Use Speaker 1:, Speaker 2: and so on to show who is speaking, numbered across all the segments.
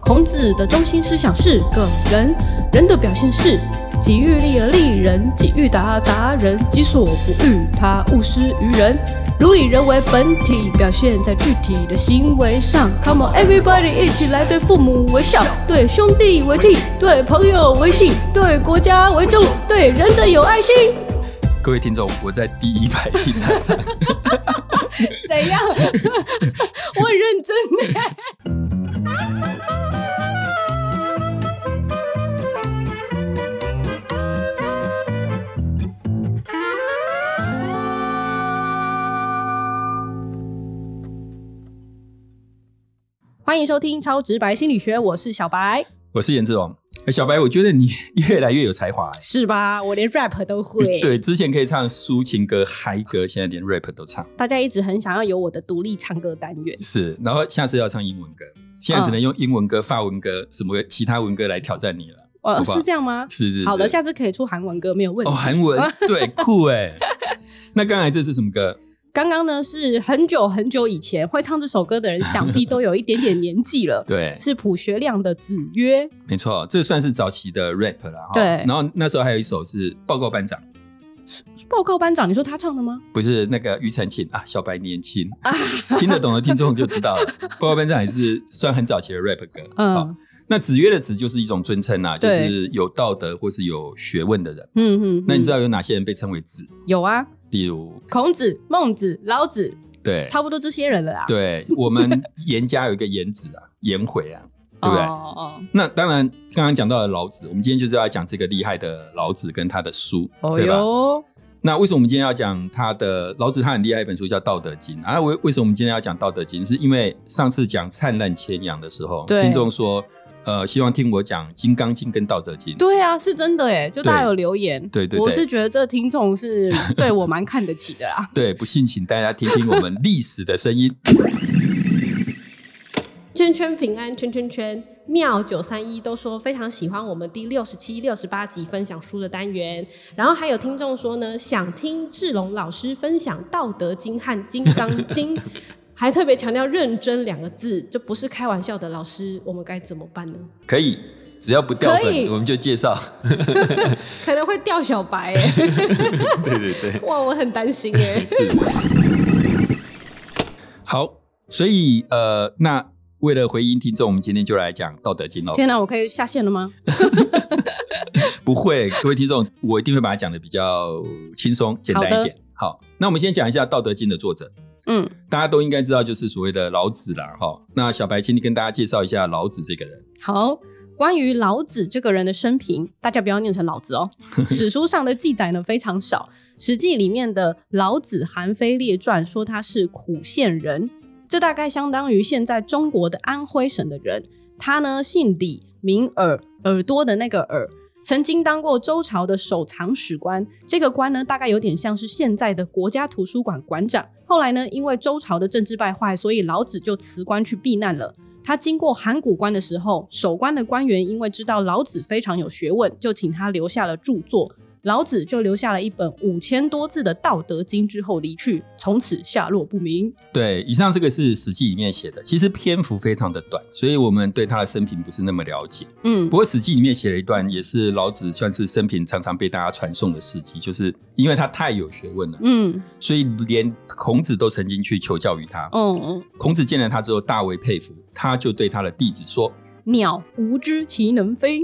Speaker 1: 孔子的中心思想是个人，人的表现是己欲立而立人，己欲达而达人，己所不欲，他勿施于人。如以人为本体，表现在具体的行为上。Come on everybody，一起来对父母微笑，对兄弟为敬，对朋友为信，对国家为重，对仁者有爱心。
Speaker 2: 各位听众，我在第一排听他唱，
Speaker 1: 怎样？我很认真的。欢迎收听《超直白心理学》，我是小白，
Speaker 2: 我是颜志龙。哎小白，我觉得你越来越有才华、
Speaker 1: 是吧？我连 rap 都会。
Speaker 2: 对，之前可以唱抒情歌、嗨歌，现在连 rap 都唱。
Speaker 1: 大家一直很想要有我的独立唱歌单元，
Speaker 2: 是，然后下次要唱英文歌，现在只能用英文歌、法文歌、什么其他文歌来挑战你了。
Speaker 1: 呃，
Speaker 2: 好不好
Speaker 1: 是这样吗？
Speaker 2: 是是是
Speaker 1: 好的，下次可以出韩文歌，没有问
Speaker 2: 哦，
Speaker 1: 题。
Speaker 2: 韩文 对，酷哎。那刚才这是什么歌？。
Speaker 1: 刚刚呢是很久很久以前会唱这首歌的人，想必都有一点点年纪了
Speaker 2: 对，
Speaker 1: 是朴学亮的《子曰》，
Speaker 2: 没错，这算是早期的 rap 了哈。
Speaker 1: 对
Speaker 2: 然后那时候还有一首是《报告班长》，
Speaker 1: 报告班长，你说他唱的吗？
Speaker 2: 不是那个庾澄庆啊，小白年轻， 听得懂的听众就知道了。 报告班长也是算很早期的 rap 歌。
Speaker 1: 嗯、
Speaker 2: 好那子曰的子就是一种尊称啊，就
Speaker 1: 对
Speaker 2: 是有道德或是有学问的人。
Speaker 1: 嗯嗯，
Speaker 2: 那你知
Speaker 1: 道
Speaker 2: 道有哪些人被称为子？
Speaker 1: 有啊？
Speaker 2: 例如，
Speaker 1: 孔子、孟子、老子，
Speaker 2: 对
Speaker 1: 差不多这些人了啦。
Speaker 2: 对，我们严家有一个颜子啊， 颜回啊，对不对？
Speaker 1: 哦哦
Speaker 2: 那当然，刚刚讲到的老子，我们今天就是要讲这个厉害的老子跟他的书，
Speaker 1: 哦
Speaker 2: 对吧？
Speaker 1: 哟，
Speaker 2: 那为什么我们今天要讲他的老子？他很厉害一本书叫《道德经》啊。为为什么我们今天要讲《道德经》？是因为上次讲灿烂千阳的时候，
Speaker 1: 对
Speaker 2: 听众说，呃，希望听我讲《金刚经》跟《道德经》。
Speaker 1: 对啊，是真的哎，就大家
Speaker 2: 对
Speaker 1: 有留言，
Speaker 2: 对对对
Speaker 1: 我是觉得这听众是对我蛮看得起的啦。
Speaker 2: 对，不信请大家听听我们历史的声音。
Speaker 1: 圈圈平安，圈圈圈，妙九三一都说非常喜欢我们第六十七、六十八集分享书的单元。然后还有听众说呢，想听志龙老师分享《道德经》和《金刚经》，还特别强调“认真”两个字，这不是开玩笑的。老师，我们该怎么办呢？
Speaker 2: 可以，只要不掉
Speaker 1: 可以
Speaker 2: 粉，我们就介绍。
Speaker 1: 可能会掉小白、欸，
Speaker 2: 对对对，
Speaker 1: 哇，我很担心哎、
Speaker 2: 是。好，所以呃，那为了回应听众，我们今天就来讲《道德经》喽。
Speaker 1: 天哪、我可以下线了吗？
Speaker 2: 不会，各位听众，我一定会把它讲的比较轻松、简单一点。好，那我们先讲一下《道德经》的作者，
Speaker 1: 嗯，
Speaker 2: 大家都应该知道，就是所谓的老子啦。哈，那小白，请你跟大家介绍一下老子这个人。
Speaker 1: 好，关于老子这个人的生平，大家不要念成老子哦。史书上的记载呢非常少，《史记》里面的《老子韩非列传》说他是苦县人，这大概相当于现在中国的安徽省的人。他呢姓李，名耳，耳朵的那个耳。曾经当过周朝的首藏史官，这个官呢，大概有点像是现在的国家图书馆馆长。后来呢，因为周朝的政治败坏，所以老子就辞官去避难了。他经过函谷关的时候，守关的官员因为知道老子非常有学问，就请他留下了著作。老子就留下了一本五千多字的《道德经》，之后离去，从此下落不明。
Speaker 2: 对，以上这个是《史记》里面写的，其实篇幅非常的短，所以我们对他的生平不是那么了解。
Speaker 1: 嗯
Speaker 2: 不，过，《史记》里面写了一段，也是老子算是生平常常被大家传颂的事迹，就是因为他太有学问了，
Speaker 1: 嗯，
Speaker 2: 所以连孔子都曾经去求教于他。
Speaker 1: 嗯嗯，
Speaker 2: 孔子见了他之后大为佩服，他就对他的弟子说
Speaker 1: 鸟无知其能飞，：“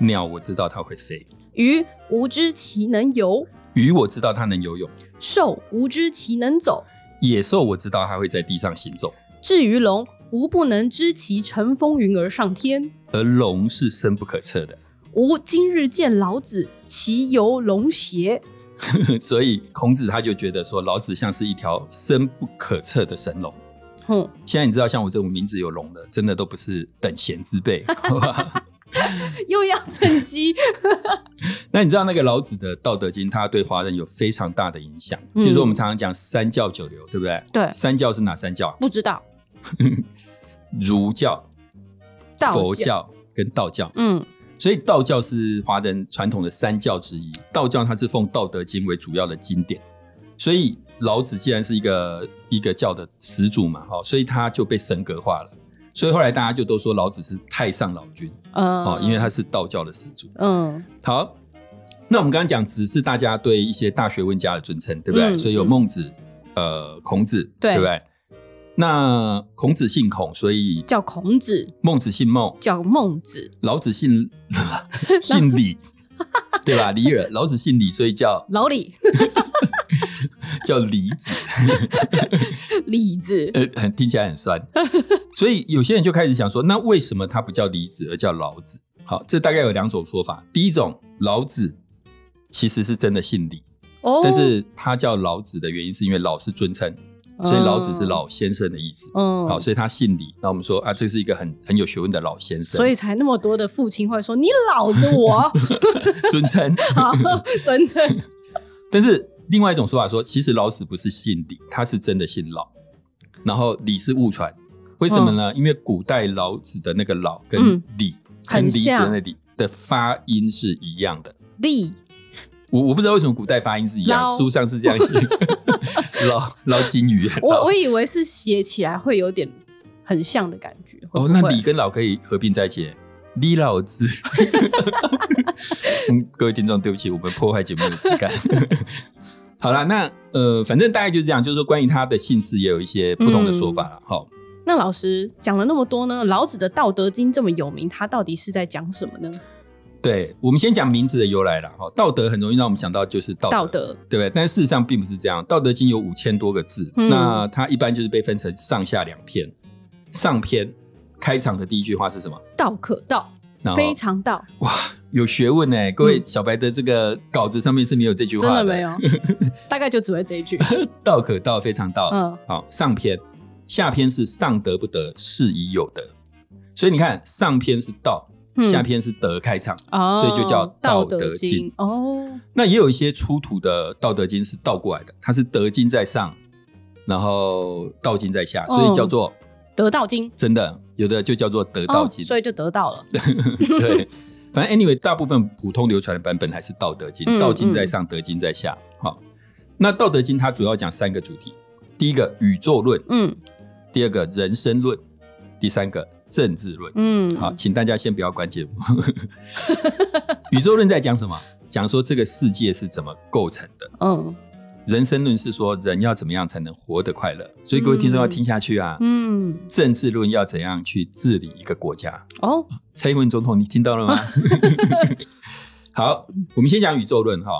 Speaker 2: 鸟我知道它会飞，
Speaker 1: 鱼无知其能游，
Speaker 2: 鱼我知道它能游泳，
Speaker 1: 兽无知其能走，
Speaker 2: 野兽我知道它会在地上行走，
Speaker 1: 至于龙，吾不能知其乘风云而上天。
Speaker 2: 而龙是深不可测的。
Speaker 1: 吾今日见老子，其游龙邪。”
Speaker 2: 所以孔子他就觉得说，老子像是一条深不可测的神龙。
Speaker 1: 哼、
Speaker 2: 现在你知道，像我这种名字有龙的，真的都不是等闲之辈。 好吧
Speaker 1: 又要趁机。
Speaker 2: 那你知道那个老子的《道德经》，它对华人有非常大的影响。
Speaker 1: 嗯
Speaker 2: 比如说，我们常常讲三教九流，对不对？
Speaker 1: 对
Speaker 2: 三教是哪三教啊？
Speaker 1: 不知道
Speaker 2: 儒教、
Speaker 1: 道
Speaker 2: 佛
Speaker 1: 教，
Speaker 2: 教跟道教。
Speaker 1: 嗯
Speaker 2: 所以道教是华人传统的三教之一，道教它是奉《道德经》为主要的经典，所以哦老子既然是一个一个教的始祖嘛，哈、所以他就被神格化了。所以后来大家就都说老子是太上老君
Speaker 1: 嗯，
Speaker 2: 哦，因为他是道教的始祖。
Speaker 1: 嗯
Speaker 2: 好，那我们刚刚讲子是大家对一些大学问家的尊称，对不对？
Speaker 1: 嗯
Speaker 2: 所以有
Speaker 1: 嗯
Speaker 2: 孟子、呃孔子，
Speaker 1: 对
Speaker 2: 不对？那孔子姓孔，所以
Speaker 1: 叫孔子，
Speaker 2: 孟子姓孟，
Speaker 1: 叫孟子，
Speaker 2: 老 子姓姓李，对吧？李耳，老子姓李，所以叫
Speaker 1: 老李，
Speaker 2: 叫李子，
Speaker 1: 李子，
Speaker 2: 呃，很听起来 很酸。所以有些人就开始想说，那为什么他不叫李子而叫老子？好，这大概有两种说法。第一种，老子其实是真的姓李，
Speaker 1: 哦，
Speaker 2: 但是他叫老子的原因是因为老是尊称，
Speaker 1: 哦
Speaker 2: 所以老子是老先生的意思。
Speaker 1: 嗯，嗯
Speaker 2: 好，所以他姓李。那我们说啊，这是一个很很有学问的老先生，
Speaker 1: 所以才那么多的父亲会说你老子 我，
Speaker 2: 尊称。
Speaker 1: 好，真正
Speaker 2: 但是另外一种说法说，其实老子不是姓李，他是真的姓老，然后李是误传。为什么呢？因为古代老子的那个“老”跟
Speaker 1: 嗯
Speaker 2: “李”
Speaker 1: 很
Speaker 2: 跟“李子”的
Speaker 1: 像
Speaker 2: 那“李”的发音是一样的。
Speaker 1: 力
Speaker 2: 我我不知道为什么古代发音是一样，
Speaker 1: 老
Speaker 2: 书上是这 样写。老老金鱼，
Speaker 1: 我
Speaker 2: 老
Speaker 1: 我以为是写起来会有点很像的感觉。会不
Speaker 2: 哦，
Speaker 1: 会
Speaker 2: 那李跟老可以合并在一起。李老子， 嗯，各位听众，对不起，我们破坏节目的质感。 好啦，那呃，反正大概就是这样，就是说关于他的姓氏也有一些不同的说法
Speaker 1: 嗯
Speaker 2: 了。好、
Speaker 1: 那老师讲了那么多呢，老子的《道德经》这么有名，他到底是在讲什么呢？
Speaker 2: 对，我们先讲名字的由来啦。哈，道德很容易让我们想到就是道德，
Speaker 1: 道德，
Speaker 2: 对不对？但事实上并不是这样，《道德经》有五千多个字，
Speaker 1: 嗯
Speaker 2: 那它一般就是被分成上下两篇。上篇开场的第一句话是什么？
Speaker 1: 道可道，
Speaker 2: 然后
Speaker 1: 非常道，
Speaker 2: 哇，有学问哎！各位小白的这个稿子上面是没有这句
Speaker 1: 嗯
Speaker 2: 话
Speaker 1: 真的
Speaker 2: 的
Speaker 1: 没有，大概就只会这一 句。
Speaker 2: 道可道，非常道。
Speaker 1: 嗯
Speaker 2: 好，上篇，下篇是上德不德，是以有德。所以你看，上篇是道，
Speaker 1: 嗯
Speaker 2: 下篇是德开场，
Speaker 1: 哦，
Speaker 2: 所以就叫
Speaker 1: 《道
Speaker 2: 道德经
Speaker 1: 经》哦，
Speaker 2: 那也有一些出土的《道德经》是倒过来的，它是德经在上，然后道经在
Speaker 1: 哦
Speaker 2: 下，所以叫做、
Speaker 1: 《得道经》
Speaker 2: 真的有的就叫做德道经。
Speaker 1: 哦，所以就得到了。
Speaker 2: 对，反正 anyway，大部分普通流传的版本还是《道德经》
Speaker 1: 嗯
Speaker 2: 道经在上，德经在下。好，那《道德经》它主要讲三个主题：第一个宇宙论，
Speaker 1: 嗯
Speaker 2: 第二个人生论，第三个政治论。
Speaker 1: 嗯，
Speaker 2: 好，请大家先不要关节目。 宇宙论在讲什么？讲说这个世界是怎么构成的。
Speaker 1: 嗯
Speaker 2: 人生论是说人要怎么样才能活得快乐，所以各位听众要听下去啊。
Speaker 1: 嗯，
Speaker 2: 政治论要怎样去治理一个国家？
Speaker 1: 哦，
Speaker 2: 蔡英文总统，你听到了 吗？好，我们先讲宇宙论哈。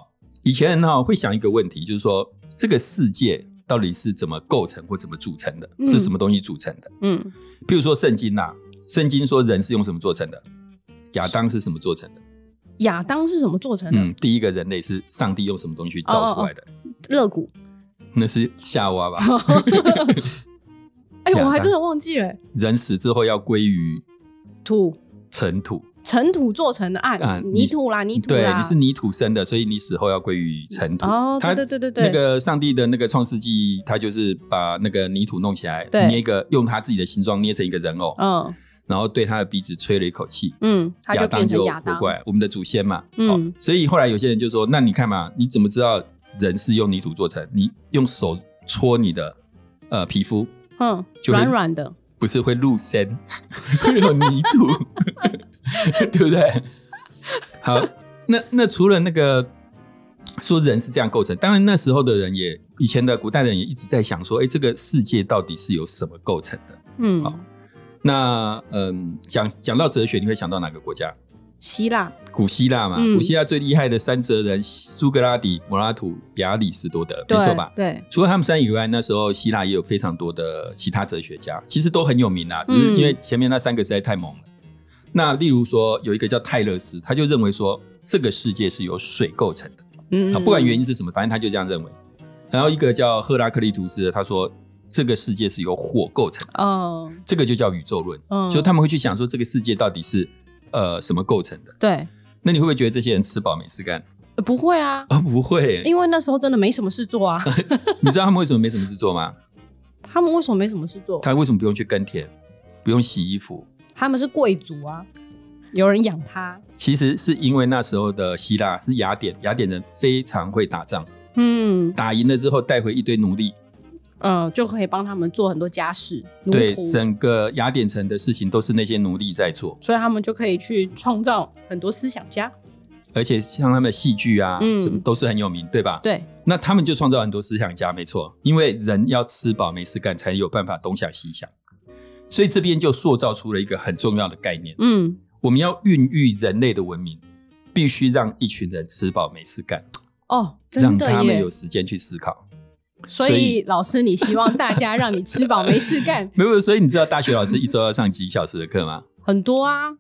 Speaker 2: 以前人哈会想一个问题，就是说这个世界到底是怎么构成或怎么组成的，
Speaker 1: 嗯
Speaker 2: 是什么东西组成的？
Speaker 1: 嗯，
Speaker 2: 譬如说圣经呐、圣经说人是用什么做成的？亚当是什么做成的？
Speaker 1: 亚当是什么做成的？哦
Speaker 2: 嗯，第一个人类是上帝用什么东西造出来的？
Speaker 1: 肋骨。
Speaker 2: 那是夏娃吧？
Speaker 1: 哦哎，
Speaker 2: 亚
Speaker 1: 我还
Speaker 2: 当
Speaker 1: 真的忘记了，
Speaker 2: 人死之后要归于
Speaker 1: 土
Speaker 2: 尘土，
Speaker 1: 尘土做成的
Speaker 2: 啊
Speaker 1: 啊，
Speaker 2: 你
Speaker 1: 泥土啦，泥土
Speaker 2: 对，
Speaker 1: 啦，
Speaker 2: 你是泥土生的，所以你死后要归于尘土。
Speaker 1: 哦，
Speaker 2: 他
Speaker 1: 对对对对对，
Speaker 2: 那个上帝的那个创世纪，他就是把那个泥土弄起来，
Speaker 1: 对
Speaker 2: 捏一个用他自己的形状捏成一个人偶，
Speaker 1: 嗯
Speaker 2: 然后对他的鼻子吹了一口气，
Speaker 1: 嗯，他
Speaker 2: 亚
Speaker 1: 就
Speaker 2: 当
Speaker 1: 变成
Speaker 2: 就
Speaker 1: 亚
Speaker 2: 活
Speaker 1: 当，
Speaker 2: 过来，我们的祖先嘛。
Speaker 1: 嗯
Speaker 2: 哦，所以后来有些人就说：“那你看嘛，你怎么知道人是用泥土做成？你用手搓你的呃皮肤，
Speaker 1: 嗯，
Speaker 2: 就会
Speaker 1: 软软的，
Speaker 2: 不是会入身， 会有泥土， 对不对？好，那那除了那个说人是这样构成，当然那时候的人也，以前的古代人也一直在想说，哎，这个世界到底是由什么构成的？
Speaker 1: 嗯，
Speaker 2: 好那嗯，讲讲到哲学，你会想到哪个国家？
Speaker 1: 希腊，
Speaker 2: 古希腊嘛，
Speaker 1: 嗯
Speaker 2: 古希腊最厉害的三哲人苏格拉底、柏拉图、亚里士多德，没
Speaker 1: 对
Speaker 2: 错吧？
Speaker 1: 对，
Speaker 2: 除了他们三以外，那时候希腊也有非常多的其他哲学家，其实都很有名啊，只是因
Speaker 1: 嗯
Speaker 2: 为前面那三个实在太猛了。那例如说有一个叫泰勒斯，他就认为说这个世界是由水构成的，
Speaker 1: 嗯，
Speaker 2: 啊，不管原
Speaker 1: 因，
Speaker 2: 因是什么，反正他就这样认为。然后一个叫赫拉克利图斯的，他说这个世界是由火构成的，
Speaker 1: 哦，
Speaker 2: 这个就叫宇宙论。
Speaker 1: 嗯，
Speaker 2: 就他们会去想说这个世界到底是呃什么构成的？
Speaker 1: 对，
Speaker 2: 那你会不会觉得这些人吃饱没事 干
Speaker 1: 呃不会啊，
Speaker 2: 啊、不会，
Speaker 1: 因为那时候真的没什么事做 啊，
Speaker 2: 你知道他们为什么没什么事做吗？
Speaker 1: 他们为什么没什么事做？
Speaker 2: 他为什么不用去耕田，不用洗衣服？
Speaker 1: 他们是贵族啊，有人养他，
Speaker 2: 其实是因为那时候的希腊是雅典，雅典人非常会打仗，
Speaker 1: 嗯，
Speaker 2: 打赢了之后带回一堆奴隶，
Speaker 1: 嗯，就可以帮他们做很多家事，奴
Speaker 2: 对，
Speaker 1: 仆
Speaker 2: 整个雅典城的事情都是那些奴隶在做，
Speaker 1: 所以他们就可以去创造很多思想家。
Speaker 2: 而且像他们的戏剧啊，
Speaker 1: 嗯
Speaker 2: 什么都是很有名，对吧？
Speaker 1: 对，
Speaker 2: 那他们就创造很多思想家，没错，因为人要吃饱没事干，才有办法东想西想。所以这边就塑造出了一个很重要的概念：
Speaker 1: 嗯，
Speaker 2: 我们要孕育人类的文明，必须让一群人吃饱没事干，
Speaker 1: 哦，真
Speaker 2: 让他
Speaker 1: 的
Speaker 2: 们
Speaker 1: 耶
Speaker 2: 有。时间去思考。
Speaker 1: 所
Speaker 2: 所
Speaker 1: 以
Speaker 2: 以
Speaker 1: 老师，你希望大家让你吃饱没事干
Speaker 2: 没有，所以你知道大学老师一周要上几小时的课吗？
Speaker 1: 很多啊？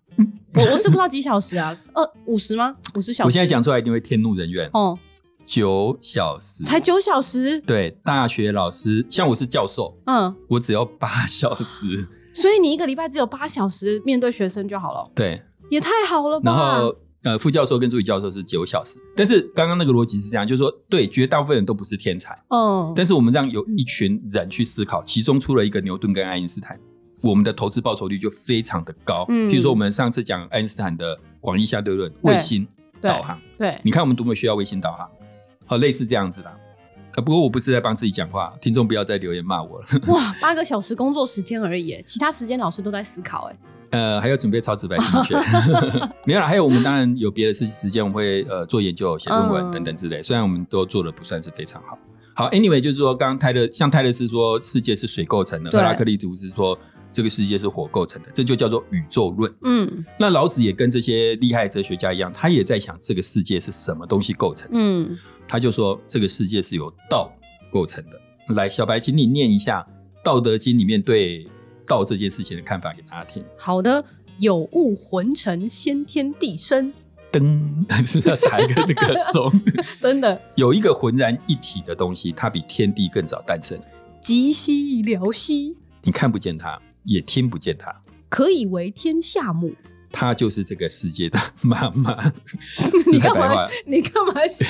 Speaker 1: 我我是不知道几小时啊， 呃，五十吗？五十小时？
Speaker 2: 我现在讲出来一定会天怒人怨。
Speaker 1: 哦，
Speaker 2: 九小时，
Speaker 1: 才九小时，
Speaker 2: 对，大学老师，像我是教授，
Speaker 1: 嗯，
Speaker 2: 我只要八小时。
Speaker 1: 所以你一个礼拜只有八小时面对学生就好了，
Speaker 2: 对，
Speaker 1: 也太好了吧？
Speaker 2: 然后呃，副教授跟助理教授是九小时。但是刚刚那个逻辑是这样，就是说，对，绝大部分人都不是天才，
Speaker 1: 嗯，
Speaker 2: 但是我们让有一群人去思考，其中出了一个牛顿跟爱因斯坦，我们的投资报酬率就非常的高。
Speaker 1: 嗯
Speaker 2: 譬如说我们上次讲爱因斯坦的广义相对论，卫星
Speaker 1: 对
Speaker 2: 导航，
Speaker 1: 对，
Speaker 2: 你看我们多么需要卫星导航，好，类似这样子啦。呃，不过我不是在帮自己讲话，听众不要再留言骂我了。
Speaker 1: 哇，八个小时工作时间而已，其他时间老师都在思考，哎，
Speaker 2: 呃，还要准备超直白心理学， 没有啦。还有我们当然有别的事时间，我们会呃做研究、写论文
Speaker 1: 嗯
Speaker 2: 等等之类。虽然我们都做的不算是非常好。好，anyway，就是说，刚刚泰勒像泰勒斯说，世界是水构成的；
Speaker 1: 对
Speaker 2: 赫拉克利图是说，这个世界是火构成的，这就叫做宇宙论。
Speaker 1: 嗯
Speaker 2: 那老子也跟这些厉害的哲学家一样，他也在想这个世界是什么东西构成的。
Speaker 1: 嗯，
Speaker 2: 他就说这个世界是由道构成的。来，小白，请你念一下《道德经》里面对道这件事情的看法给大家听。
Speaker 1: 好的，有物混成，先天地生，
Speaker 2: 噔，是要打一个那个钟。
Speaker 1: 真的
Speaker 2: 有一个浑然一体的东西，它比天地更早诞生。
Speaker 1: 极兮寥兮，
Speaker 2: 你看不见它，也听不见它，
Speaker 1: 可以为天下母。
Speaker 2: 它就是这个世界的妈 妈。
Speaker 1: 你
Speaker 2: 这太
Speaker 1: 干
Speaker 2: 白话
Speaker 1: 嘛
Speaker 2: 了，？
Speaker 1: 你干嘛 笑？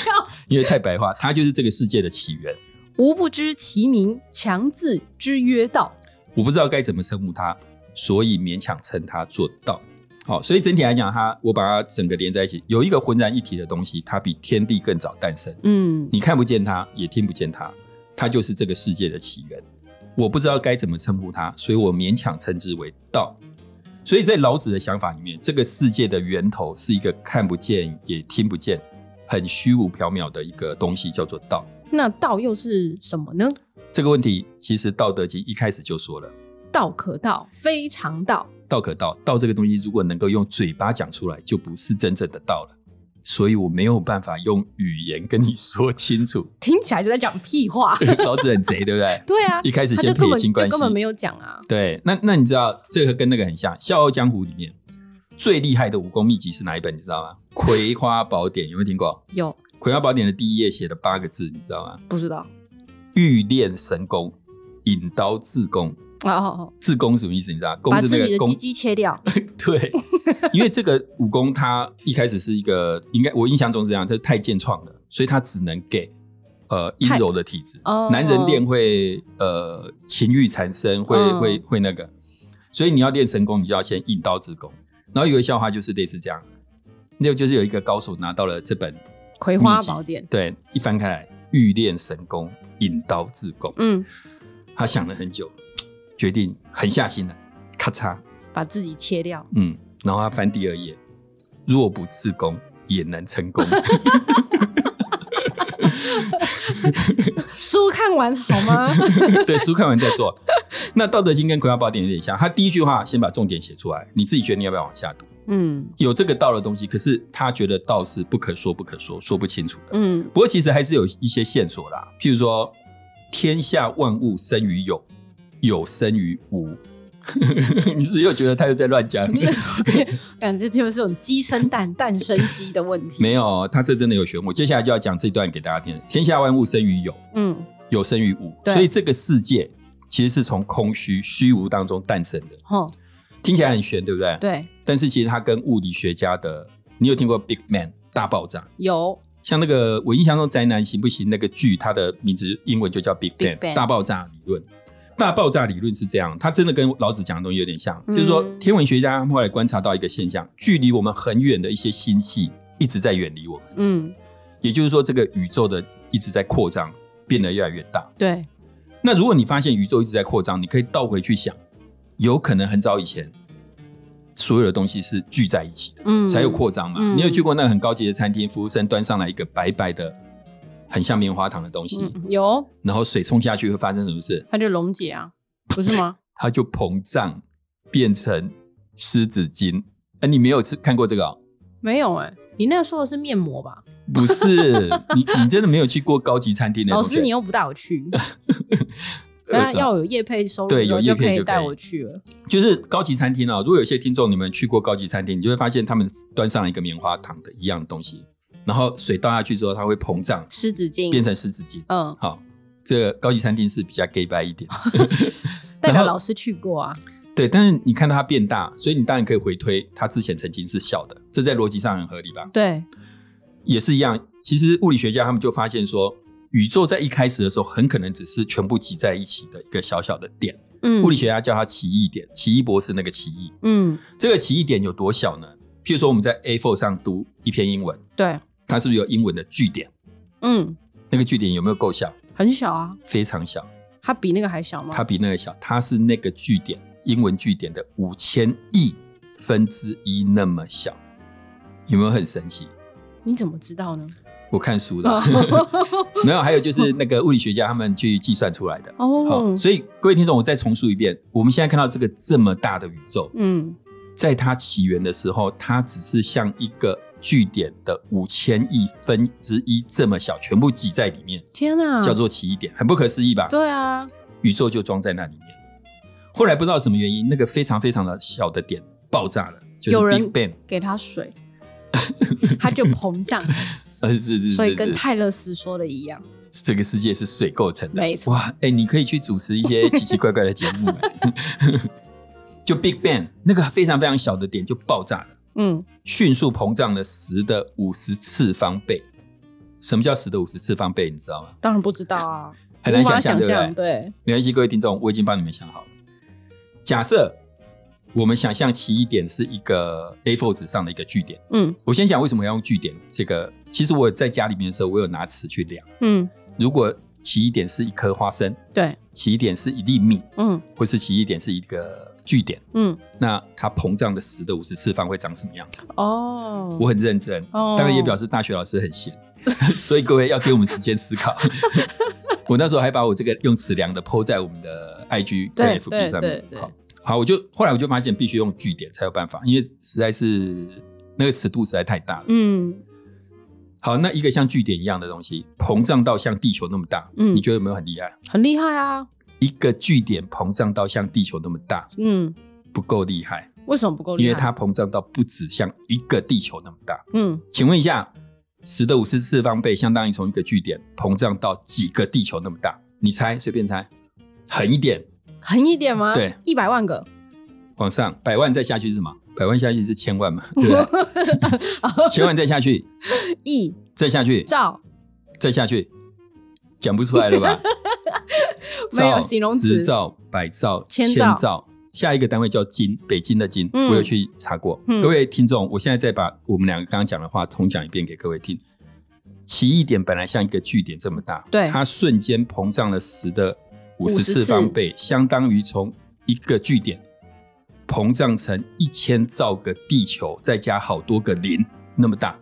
Speaker 2: 因为太白话，它就是这个世界的起源。
Speaker 1: 吾不知其名，强自之曰道。
Speaker 2: 我不知道该怎么称呼它，所以勉强称它做道。好，所以整体来讲，它我把它整个连在一起，有一个浑然一体的东西，它比天地更早诞生。
Speaker 1: 嗯，
Speaker 2: 你看不见它，也听不见它，它就是这个世界的起源。我不知道该怎么称呼它，所以我勉强称之为道。所以在老子的想法里面，这个世界的源头是一个看不见也听不见、很虚无缥缈的一个东西，叫做道。
Speaker 1: 那道又是什么呢？
Speaker 2: 这个问题其实《道德经》一开始就说了。
Speaker 1: 道可道，非常道。
Speaker 2: 道可道，道这个东西如果能够用嘴巴讲出来，就不是真正的道了。所以我没有办法用语言跟你说清楚。
Speaker 1: 听起来就在讲屁话。
Speaker 2: 老子很贼，对不对？
Speaker 1: 对啊，
Speaker 2: 一开始
Speaker 1: 他就
Speaker 2: 先
Speaker 1: 根
Speaker 2: 撇
Speaker 1: 本就
Speaker 2: 清关系，
Speaker 1: 根本没有讲啊。
Speaker 2: 对，那那你知道这个跟那个很像，《笑傲江湖》里面最厉害的武功秘籍是哪一本？你知道吗？《葵花宝典》有没有听过？
Speaker 1: 有
Speaker 2: 《葵花宝典》的第一页写了八个字，你知道吗？
Speaker 1: 不知道？
Speaker 2: 欲练神功，引刀自宫。
Speaker 1: 哦哦，哦
Speaker 2: 自宫什么意思？你知道吗？宫
Speaker 1: 把
Speaker 2: 是
Speaker 1: 自
Speaker 2: 那
Speaker 1: 己
Speaker 2: 个
Speaker 1: 的
Speaker 2: 宫
Speaker 1: 鸡鸡切掉。
Speaker 2: 对，因为这个武功它一开始是一个，应该我印象中是这样，它是太健创的，所以它只能给呃阴
Speaker 1: 太
Speaker 2: 柔的体质，
Speaker 1: 哦
Speaker 2: 男人练会呃情欲缠身，会、
Speaker 1: 嗯
Speaker 2: 会会那个，所以你要练神功，你就要先引刀自宫。然后有一个笑话就是类似这样，那就是有一个高手拿到了这本，
Speaker 1: 《葵花宝典》
Speaker 2: 对，一翻开来，欲练神功，引刀自宫。
Speaker 1: 嗯，
Speaker 2: 他想了很久，决定狠下心来，咔嚓，
Speaker 1: 把自己切掉。
Speaker 2: 嗯，然后他翻第二页，若不自宫也能成功。
Speaker 1: 书看完好吗？
Speaker 2: 对，书看完再做。 那《道德经》跟《葵花宝典》有点像，他第一句话先把重点写出来，你自己决定要不要往下读。
Speaker 1: 嗯
Speaker 2: 有这个道的东西，可是他觉得道是不可说、不可说、说不清楚的。
Speaker 1: 嗯
Speaker 2: 不过其实还是有一些线索啦，譬如说，天下万物生于有，有生于无。 你是不是又觉得他又在乱讲？
Speaker 1: 感觉就是这种鸡生蛋，蛋生鸡的问题。
Speaker 2: 没有，他这真的有玄乎。接下来就要讲这段给大家听：天下万物生于有，
Speaker 1: 嗯，
Speaker 2: 有生于无，
Speaker 1: 对
Speaker 2: 所以这个世界其实是从空虚、虚无当中诞生的。
Speaker 1: 吼，
Speaker 2: 听起来很玄，对不对？。
Speaker 1: 对，
Speaker 2: 但是其实它跟物理学家的，你有听过 Big Man 大爆炸？
Speaker 1: 有
Speaker 2: 像那个我印象中《宅男行不行》那个剧，它的名字英文就叫 Big
Speaker 1: Big
Speaker 2: Bang,
Speaker 1: Bang
Speaker 2: 大爆炸理论。大爆炸理论是这样，它真的跟老子讲的东西有点像，
Speaker 1: 嗯
Speaker 2: 就是说天文学家后来观察到一个现象，距离我们很远的一些星系一直在远离我们，
Speaker 1: 嗯，
Speaker 2: 也就是说这个宇宙的一直在扩张，变得越来越大。
Speaker 1: 对，
Speaker 2: 那如果你发现宇宙一直在扩张，你可以倒回去想，有可能很早以前所有的东西是聚在一起的，
Speaker 1: 嗯
Speaker 2: 才有扩张嘛。
Speaker 1: 嗯
Speaker 2: 你有去过那个很高级的餐厅，服务生端上来一个白白的、很像棉花糖的东西，
Speaker 1: 嗯有，
Speaker 2: 然后水冲下去会发生什么事？
Speaker 1: 它就溶解啊，不是吗？
Speaker 2: 它就膨胀变成湿纸巾。哎、你没有吃看过这个、哦？
Speaker 1: 没有哎、你那个说的是面膜吧？
Speaker 2: 不是你，你真的没有去过高级餐厅的
Speaker 1: 老
Speaker 2: 同学？
Speaker 1: 师，你又不带我 去，
Speaker 2: 呃
Speaker 1: 那要有业配收入
Speaker 2: 对
Speaker 1: 之后
Speaker 2: 有业
Speaker 1: 就
Speaker 2: 配
Speaker 1: 可以
Speaker 2: 就可以
Speaker 1: 带我去了。
Speaker 2: 就是高级餐厅啊、如果有些听众你们去过高级餐厅，你就会发现他们端上了一个棉花糖的一样的东西，然后水倒下去之后，它会膨胀
Speaker 1: 湿纸
Speaker 2: 变
Speaker 1: 巾，
Speaker 2: 成湿纸巾。
Speaker 1: 嗯，
Speaker 2: 好，这个高级餐厅是比较 gay 白一点，
Speaker 1: 代表老师去过啊。
Speaker 2: 对。但是你看到它变大，所以你当然可以回推它之前曾经是小的，这在逻辑上很合理吧？
Speaker 1: 对，
Speaker 2: 也是一样。其实物理学家他们就发现说，宇宙在一开始的时候，很可能只是全部挤在一起的一个小小的点。
Speaker 1: 嗯，
Speaker 2: 物理学家叫它奇异点，奇异博士那个奇异。
Speaker 1: 嗯，
Speaker 2: 这个歧义点有多小呢？譬如说我们在 A4 上读一篇英文，
Speaker 1: 对，
Speaker 2: 它是不是有英文的句点？
Speaker 1: 嗯，
Speaker 2: 那个句点有没有够小？
Speaker 1: 很小啊，
Speaker 2: 非常小，
Speaker 1: 它比那个还小吗？
Speaker 2: 它比那个小，它是那个句点英文句点的五千亿分之一那么小，有没有很神奇？
Speaker 1: 你怎么知道呢？
Speaker 2: 我看书的，
Speaker 1: 哦
Speaker 2: 没有。还有就是那个物理学家他们去计算出来的。好，
Speaker 1: 哦，
Speaker 2: 所以各位听众，我再重述一遍，我们现在看到这个这么大的宇宙，
Speaker 1: 嗯，
Speaker 2: 在它起源的时候，它只是像一个据点的五千亿分之一这么小，全部挤在里面，
Speaker 1: 天啊，
Speaker 2: 叫做奇异点，很不可思议吧？
Speaker 1: 对啊，
Speaker 2: 宇宙就装在那里面。后来不知道什么原因，那个非常非常的小的点爆炸了，就
Speaker 1: 有
Speaker 2: 是
Speaker 1: 人
Speaker 2: Big Bang，
Speaker 1: 给它水，它就膨胀，
Speaker 2: 呃， 是是是
Speaker 1: 所以
Speaker 2: 是
Speaker 1: 跟
Speaker 2: 是
Speaker 1: 泰勒斯说的一样，
Speaker 2: 这个世界是水构成的，
Speaker 1: 没错
Speaker 2: 哇，哎、你可以去主持一 些奇奇怪怪的节目、哎 就 Big Bang 那个非常非常小的点就爆炸了。
Speaker 1: 嗯，
Speaker 2: 迅速膨胀了十的五十次方倍。什么叫十的五十次方倍？你知道吗？
Speaker 1: 当然不知道啊，
Speaker 2: 很难
Speaker 1: 无法
Speaker 2: 想象，
Speaker 1: 想
Speaker 2: 对
Speaker 1: 象，
Speaker 2: 不对？
Speaker 1: 对，
Speaker 2: 没关系，各位听众，我已经帮你们想好了。假设我们想象奇异点是一个 A4 纸上的一个据点。
Speaker 1: 嗯
Speaker 2: 我先讲为什么要用据点这个。其实我在家里面的时候，我有拿尺去量。
Speaker 1: 嗯，
Speaker 2: 如果奇异点是一颗花生，
Speaker 1: 对，
Speaker 2: 奇异点是一粒米，
Speaker 1: 嗯
Speaker 2: 或是奇异点是一个据点，
Speaker 1: 嗯，
Speaker 2: 那它膨胀的十的五十次方会长什么样子？
Speaker 1: 哦，
Speaker 2: 我很认真，
Speaker 1: 哦
Speaker 2: 当然也表示大学老师很闲， 所以各位要给我们时间 思考。我那时候还把我这个用尺量的抛在我们的 IG
Speaker 1: 对
Speaker 2: 跟
Speaker 1: 对
Speaker 2: FB 上
Speaker 1: 对
Speaker 2: 面。
Speaker 1: 对
Speaker 2: 好，好，我就后来我就发现必须用据点才有办法，因为实在是那个尺度实在太大了。
Speaker 1: 嗯
Speaker 2: 好，那一个像据点一样的东西膨胀到像地球那么大，
Speaker 1: 嗯
Speaker 2: 你觉得有没有很厉害？
Speaker 1: 很厉害啊，
Speaker 2: 一个据点膨胀到像地球那么大
Speaker 1: 嗯，
Speaker 2: 不够厉害，
Speaker 1: 为什么不够厉害？
Speaker 2: 因为它膨胀到不止像一个地球那么大。
Speaker 1: 嗯，
Speaker 2: 请问一下，十的五十次方倍相当于从一个据点膨胀到几个地球那么大？你猜，随便猜，狠一点，
Speaker 1: 狠一点吗？
Speaker 2: 对，
Speaker 1: 一百万个，
Speaker 2: 往上，百万再下去是什么？百万下去是千万嘛，对不对？千万再下去，
Speaker 1: 亿
Speaker 2: 再下去，
Speaker 1: 兆
Speaker 2: 再下去，讲不出来了吧？
Speaker 1: 没有
Speaker 2: 兆
Speaker 1: 形容词
Speaker 2: 十兆、百兆、
Speaker 1: 千兆
Speaker 2: 兆。下一个单位叫金，北京的金，
Speaker 1: 嗯
Speaker 2: 我有去查过。
Speaker 1: 嗯
Speaker 2: 各位听众，我现在再把我们两个刚刚讲的话重讲一遍给各位听。奇异点本来像一个据点这么大，
Speaker 1: 对
Speaker 2: 它瞬间膨胀了十的五十次
Speaker 1: 54
Speaker 2: 方倍，相当于从一个据点膨胀成一千兆个地球，再加好多个零那么大。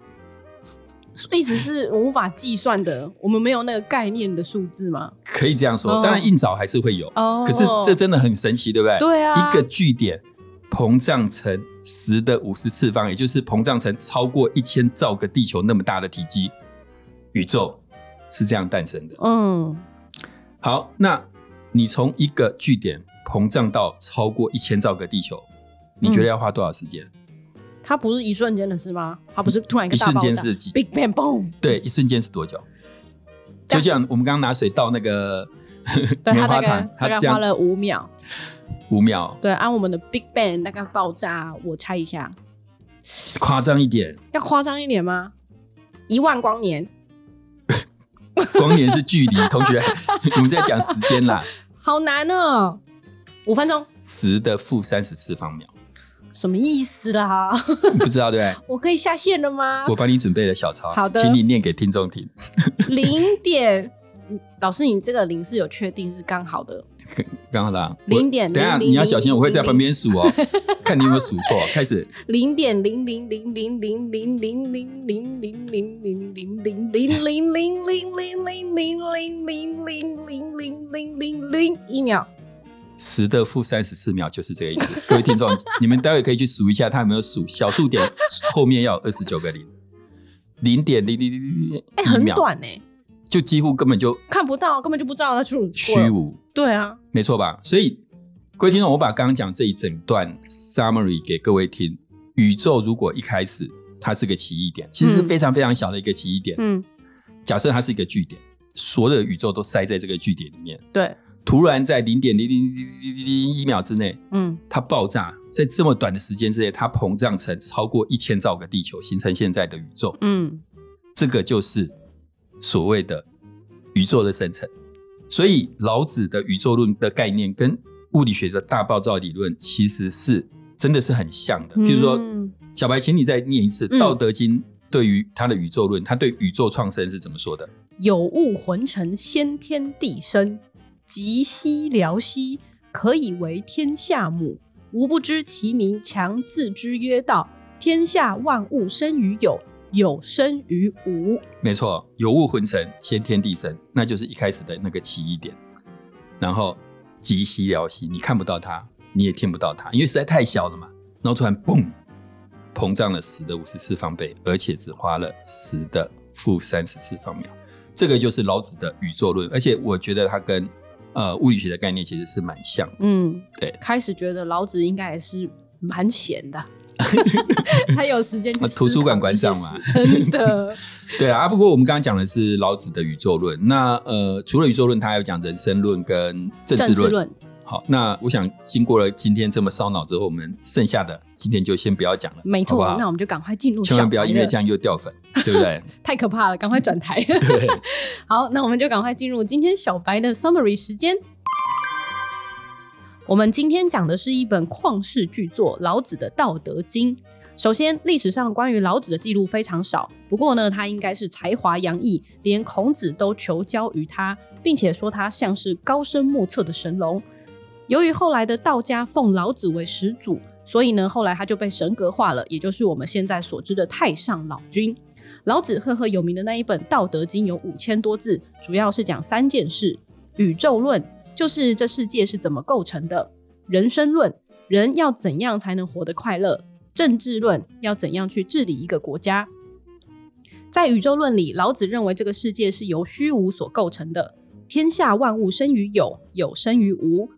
Speaker 1: 意思是无法计算的，我们没有那个概念的数字吗？
Speaker 2: 可以这样说，
Speaker 1: 哦
Speaker 2: 当然硬找还是会有，
Speaker 1: 哦
Speaker 2: 可是这真的很神奇，对不对？
Speaker 1: 对啊
Speaker 2: 一个据点膨胀成十的五十次方，也就是膨胀成超过一千兆个地球那么大的体积，宇宙是这样诞生的。
Speaker 1: 嗯，
Speaker 2: 好，那你从一个据点膨胀到超过一千兆个地球，你觉得要花多少时间？
Speaker 1: 嗯它不是一瞬间的事吗？它不是突然一
Speaker 2: 一
Speaker 1: 个大
Speaker 2: 瞬
Speaker 1: 爆
Speaker 2: 间
Speaker 1: 炸
Speaker 2: 是几？
Speaker 1: ，Big Bang Boom，
Speaker 2: 对，一瞬间是多久？就像我们刚刚拿水倒那个
Speaker 1: 对，它大
Speaker 2: 棉花
Speaker 1: 概
Speaker 2: 糖，
Speaker 1: 大概
Speaker 2: 这样
Speaker 1: 花了五秒，
Speaker 2: 五秒，
Speaker 1: 对，按我们的 Big Bang 大概爆炸，我猜一下，
Speaker 2: 夸张一点，
Speaker 1: 要夸张一点吗？一万光年，
Speaker 2: 光年是距离，同学，我们在讲时间啦，
Speaker 1: 好难哦，五分钟，
Speaker 2: 十的负三十次方秒，
Speaker 1: 什么意思啦？
Speaker 2: 你 不知道对不
Speaker 1: 我可以下线了吗
Speaker 2: 对？我？帮你准备了小抄，
Speaker 1: 好的
Speaker 2: 请你念给听众听。
Speaker 1: 零点 老师，你这个零是有确定是刚好的？
Speaker 2: 刚好啦，我
Speaker 1: 零点
Speaker 2: 等一下
Speaker 1: 零零
Speaker 2: 你要小心，
Speaker 1: 零
Speaker 2: 我会在
Speaker 1: 零
Speaker 2: 旁边数哦， 看你有没有数错。开始，
Speaker 1: 零点零零零零零零零零零零零零零零零零零零零零零零零零零零零零零一秒。
Speaker 2: 十的负三十四秒就是这个意 思。各位听众，你们待会可以去数一下，他有没有数小数点后面要有二十九个零，零点零零零零，
Speaker 1: 哎，很，短哎、
Speaker 2: 就几乎根本就
Speaker 1: 看不到，根本就不知道它是
Speaker 2: 虚。无，
Speaker 1: 对啊，
Speaker 2: 没错吧？所以，各位听众，我把刚刚讲这一整段 summary 给各位听。宇宙如果一开始它是个奇异点，其实是
Speaker 1: 嗯
Speaker 2: 非常非常小的一个奇异点。
Speaker 1: 嗯，
Speaker 2: 假设它是一个据点，所有的宇宙都塞在这个据点里面。
Speaker 1: 对，
Speaker 2: 突然在零点零零零零零一秒之内，
Speaker 1: 嗯，
Speaker 2: 它爆炸，在这么短的时间之内，它膨胀成超过一千兆个地球，形成现在的宇宙。
Speaker 1: 嗯，
Speaker 2: 这个就是所谓的宇宙的生成。所以，老子的宇宙论的概念跟物理学的大爆炸理论其实是真的是很像的。比如说，
Speaker 1: 嗯
Speaker 2: 小白，请你再念一次
Speaker 1: 嗯
Speaker 2: 《道德经》对于它的宇宙论，它对宇宙创生是怎么说的？
Speaker 1: 有物混成，先天地生，极兮寥兮，可以为天下母。吾不知其名，强自之曰道。天下万物生于有，有生于无。
Speaker 2: 没错，有物混成，先天地生，那就是一开始的那个奇异点。然后极兮寥兮，你看不到它，你也听不到它，因为实在太小了嘛。然后突然嘣，膨胀了十的五十次方倍，而且只花了十的负三十次方秒。这个就是老子的宇宙论，而且我觉得它跟呃物理学的概念其实是蛮像的。
Speaker 1: 嗯，
Speaker 2: 对
Speaker 1: 开始觉得老子应该也是蛮闲 的，才有时间去
Speaker 2: 啊
Speaker 1: 思考
Speaker 2: 图书馆馆长嘛
Speaker 1: 一些事真的。
Speaker 2: 对啊，啊不过我们刚刚讲的是老子的宇宙论，那呃除了宇宙论，他还有讲人生论跟 政治
Speaker 1: 政治
Speaker 2: 论。
Speaker 1: 论，
Speaker 2: 好，那我想经过了今天这么烧脑之后，我们剩下的今天就先不要讲了，
Speaker 1: 没错。
Speaker 2: 好不
Speaker 1: 那
Speaker 2: 好
Speaker 1: 我们就赶快进入
Speaker 2: 千
Speaker 1: 小
Speaker 2: 万不要
Speaker 1: 白
Speaker 2: 因为
Speaker 1: 了
Speaker 2: 这样又掉粉，对 不对？
Speaker 1: 太可怕了，赶快转台。
Speaker 2: 对，
Speaker 1: 好，那我们就赶快进入今天小白的 summary 时间。我们今天讲的是一本旷世巨作《老子的道德经》。首先，历史上关于老子的记录非常少，不过呢，他应该是才华洋溢，连孔子都求教于他，并且说他像是高深莫测的神龙。由于后来的道家奉老子为始祖，所以呢，后来他就被神格化了，也就是我们现在所知的太上老君。老子赫赫有名的那一本《道德经》有五千多字，主要是讲三件事：宇宙论，就是这世界是怎么构成的；人生论，人要怎样才能活得快乐；政治论，要怎样去治理一个国家。在宇宙论里，老子认为这个世界是由虚无所构成的，天下万物生于有，有生于无。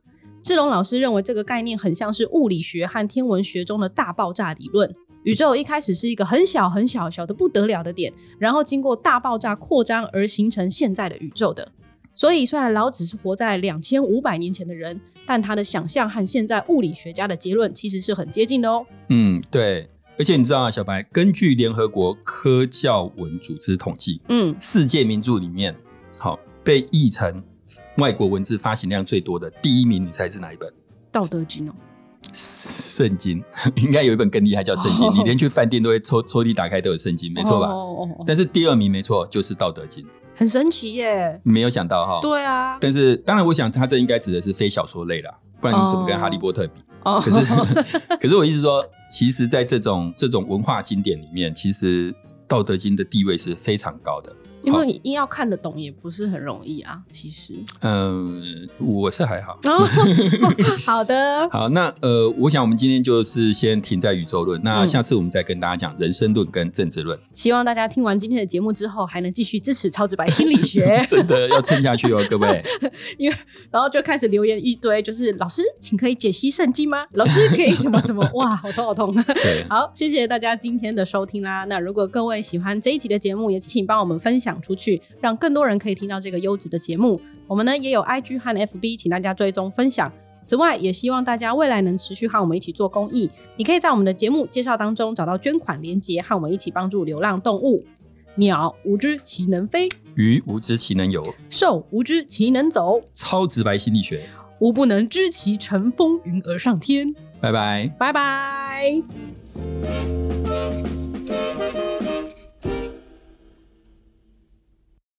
Speaker 1: 志龙老师认为这个概念很像是物理学和天文学中的大爆炸理论。宇宙一开始是一个很小很小小的不得了的点，然后经过大爆炸扩张而形成现在的宇宙的。所以，虽然老子是活在两千五百年前的人，但他的想象和现在物理学家的结论其实是很接近的哦。
Speaker 2: 嗯，对。而且你知道啊，小白，根据联合国科教文组织统计，
Speaker 1: 嗯
Speaker 2: 世界名著里面，好被译成外国文字发行量最多的第一名，你猜是哪一本？
Speaker 1: 道德经哦，
Speaker 2: 圣经，应该有一本更厉害叫圣经，
Speaker 1: 哦
Speaker 2: 你连去饭店都会抽抽屉打开都有圣经，没错吧？
Speaker 1: 哦哦哦哦
Speaker 2: 但是第二名没错，就是《道德经》，
Speaker 1: 很神奇耶。
Speaker 2: 没有想到哈。
Speaker 1: 对啊，
Speaker 2: 但是当然，我想他这应该指的是非小说类啦，不然你怎么跟哈利波特比？
Speaker 1: 哦，
Speaker 2: 可是，可是我意思说，其实，在这种这种文化经典里面，其实《道德经》的地位是非常高的。
Speaker 1: 因为你硬要看得懂也不是很容易啊，其实。
Speaker 2: 嗯、我是还好。
Speaker 1: 哦， 好的，
Speaker 2: 好，那呃，我想我们今天就是先停在宇宙论，那
Speaker 1: 嗯
Speaker 2: 下次我们再跟大家讲人生论跟政治论，
Speaker 1: 希望大家听完今天的节目之后，还能继续支持超直白心理 学。
Speaker 2: 真的要撑下去哦，各位。
Speaker 1: 因为然后就开始留言一堆，就是老师，请可以解析圣经吗？老师可以什么什么？哇，好痛好痛！
Speaker 2: 对，
Speaker 1: 好，谢谢大家今天的收听啦。那如果各位喜欢这一集的节目，也请帮我们分享出去，让更多人可以听到这个优质的节目。我们呢也有 IG 和 FB，请大家追踪分享。此外，也希望大家未来能持续和我们一起做公益。你可以在我们的节目介绍当中找到捐款链接，和我们一起帮助流浪动物。鸟无知其能飞，
Speaker 2: 于无知其能有，
Speaker 1: 兽无知其能走，
Speaker 2: 超直白心理学，
Speaker 1: 吾不能知其乘风云而上天。
Speaker 2: 拜拜。
Speaker 1: 拜拜。